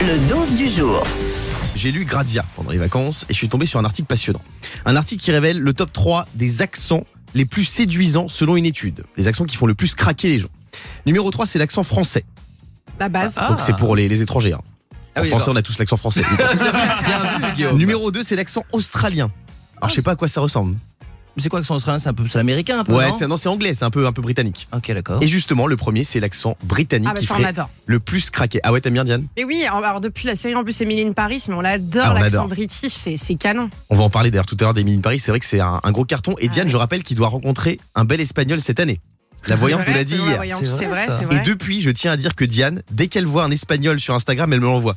Le dose du jour. J'ai lu Grazia pendant les vacances et je suis tombé sur un article passionnant. Un article qui révèle le top 3 des accents les plus séduisants selon une étude. Les accents qui font le plus craquer les gens. Numéro 3, c'est l'accent français. La base. Donc c'est pour les, les étrangers. hein. En Ah oui, français, on a tous l'accent français. Bien vu, Guillaume. Numéro 2, c'est l'accent australien. Alors je sais pas à quoi ça ressemble. C'est quoi que son australien C'est un peu c'est l'américain Ah un peu Ouais, non c'est non, c'est anglais, c'est un peu un peu britannique. Ok, d'accord. Et justement, le premier, c'est l'accent britannique Ah bah qui ça on ferait adore. le plus craquer. Ah ouais, t'aimes bien Diane Mais oui, alors depuis la série en plus Emily in Paris, mais on l'adore Ah, on l'accent adore. british, c'est, c'est canon. On va en parler d'ailleurs tout à l'heure d'Emily in Paris. C'est vrai que c'est un, un gros carton. Et Ah Diane, ouais. je rappelle qu'il doit rencontrer un bel espagnol cette année. La voyante C'est nous vrai, l'a dit c'est vrai, hier. voyante, C'est C'est vrai, vrai, ça. c'est Et vrai. depuis, je tiens à dire que Diane, dès qu'elle voit un espagnol sur Instagram, elle me l'envoie.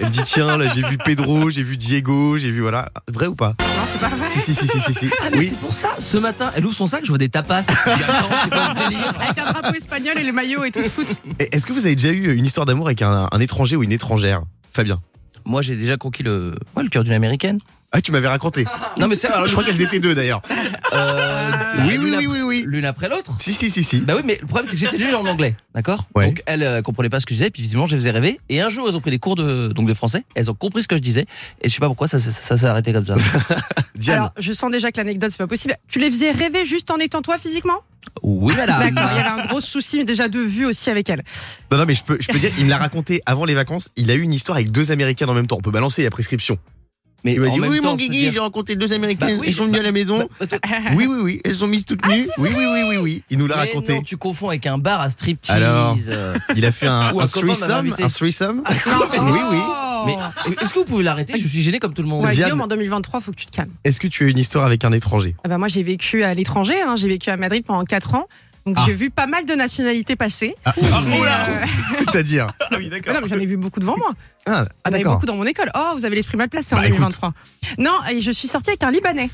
Elle me dit tiens là j'ai vu Pedro, j'ai vu Diego, j'ai vu voilà vrai ou pas Non, c'est pas vrai. Si si si si si si. Ah, mais Oui c'est pour ça. Ce matin, elle ouvre son sac, je vois des tapas. Je dis, attends, c'est quoi ce délire Avec un drapeau espagnol et le maillot et tout de foot. Et Est-ce que vous avez déjà eu une histoire d'amour avec un, un étranger ou une étrangère Fabien Moi, j'ai déjà conquis le, ouais, le cœur d'une américaine. Ah tu m'avais raconté. Non, mais c'est alors, Je crois qu'elles étaient deux d'ailleurs. Ah, euh, Oui l'une oui ap- oui oui oui. L'une après l'autre. Si si si si. Bah oui, mais le problème, c'est que j'étais nul en anglais, d'accord Ouais. Donc, elles euh, comprenaient pas ce que je disais, puis visiblement, je les faisais rêver. Et un jour, elles ont pris des cours de, donc, de français, elles ont compris ce que je disais, et je sais pas pourquoi ça, ça, ça s'est arrêté comme ça. Diane. Alors, je sens déjà que l'anecdote, c'est pas possible. Tu les faisais rêver juste en étant toi physiquement oui, Ah, madame D'accord, il y avait un gros souci mais déjà de vue aussi avec elle. Non non mais je peux je peux dire il me l'a raconté avant les vacances. Il a eu une histoire avec deux Américains en même temps. On peut balancer la prescription. Mais Il m'a en dit même oui temps, mon je veux Guigui dire- j'ai rencontré deux Américains. Bah oui, ils sont venus à la maison. Bah, toi- Oui oui oui elles sont mises toutes nues. oui oui oui oui oui. Il nous l'a Mais raconté. non, tu confonds avec un bar à striptease. Alors euh. Il a fait un, Ou un un copain m'avait threesome, invité. un threesome. Oui, oui. Mais Ouais, est-ce que vous pouvez l'arrêter Je suis gêné comme tout le monde. Ouais. Diane- Oh. Guillaume, en 2023, faut que tu te calmes. Est-ce que tu as une histoire avec un étranger Ah bah, moi, j'ai vécu à l'étranger, hein, j'ai vécu à Madrid pendant 4 ans. Donc, Ah. j'ai vu pas mal de nationalités passer. Ah. Et, euh, Ah C'est-à-dire non, mais j'en ai vu beaucoup devant moi. Ah, ah, Il y en avait d'accord. beaucoup dans mon école. Oh, vous avez l'esprit mal placé en Bah, écoute. 2023. Non, et je suis sortie avec un Libanais.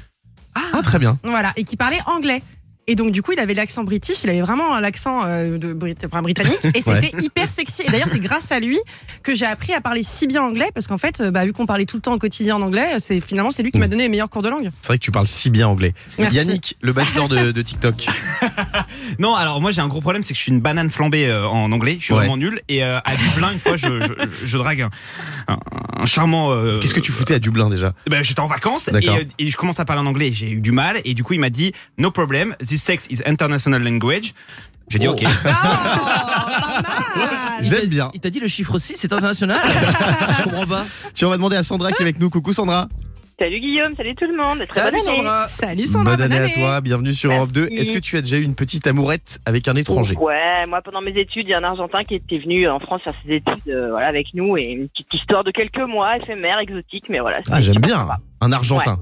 Ah, très bien. Voilà, et qui parlait anglais. Et donc, du coup, il avait l'accent british, il avait vraiment l'accent euh, de Brit- enfin, britannique, et c'était hyper sexy. Et d'ailleurs, c'est grâce à lui que j'ai appris à parler si bien anglais, parce qu'en fait, euh, bah, vu qu'on parlait tout le temps au quotidien en anglais, c'est finalement c'est lui qui Mm. m'a donné les meilleurs cours de langue. Oh, C'est vrai que tu parles si bien anglais. Merci. Yannick, le bachelor de, de TikTok. Euh, Non, alors moi j'ai un gros problème, c'est que je suis une banane flambée euh, en anglais. Je suis Ouais. vraiment nul. Et euh, à Dublin, une fois, je, je, je drague un, un- un charmant. euh, Qu'est-ce que tu foutais à Dublin déjà ben, J'étais en vacances et, D'accord. euh, et je commence à parler en anglais. J'ai eu du mal et du coup il m'a dit No problem, this sex is international language. J'ai dit Oh. ok. Il t'a- J'aime bien. Il t'a dit le chiffre 6, c'est international Je comprends pas. Tiens, on va demander à Sandra qui est avec nous. Coucou Sandra. Salut Guillaume, salut tout le monde, Ah, très bonne Salut, année. Sandra. Salut Sandra, bonne année, à toi. Bienvenue sur Merci. Europe 2. Est-ce que tu as déjà eu une petite amourette avec un étranger Oh, Ouais, moi pendant mes études, il y a un Argentin qui était venu en France faire ses études euh, voilà, avec nous et une petite histoire de quelques mois, éphémère, exotique, mais voilà. oh. Ah, c'était j'aime super bien. sympa. Un Argentin.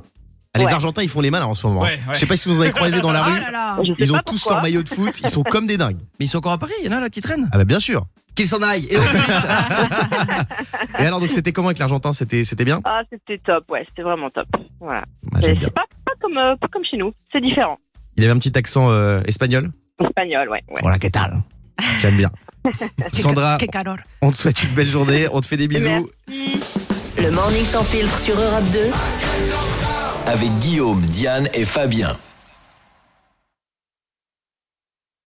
Ah, les Ouais. Argentins, ils font les malins en ce moment. hein. Ouais, ouais. Je sais pas si vous en avez croisé dans la Oh rue. là là. Je sais Ils ont pas tous pourquoi. leur maillot de foot. Ils sont comme des dingues. Mais ils sont encore à Paris, il y en a là qui traînent. Ah, bah bien sûr. Qu'ils s'en aillent. Et au plus vite. Et alors, donc, c'était comment avec l'Argentin C'était c'était bien Ah, c'était top, ouais, c'était vraiment top. Voilà. Ah, C'est J'aime bien. c'est pas, pas, comme, euh, pas comme chez nous, c'est différent. Il avait un petit accent euh, espagnol. Espagnol, ouais. ouais. Voilà, que tal J'aime bien. Sandra, Que calor. on te souhaite une belle journée, on te fait des bisous. Merci. Le morning sans filtre sur Europe 2. avec Guillaume, Diane et Fabien.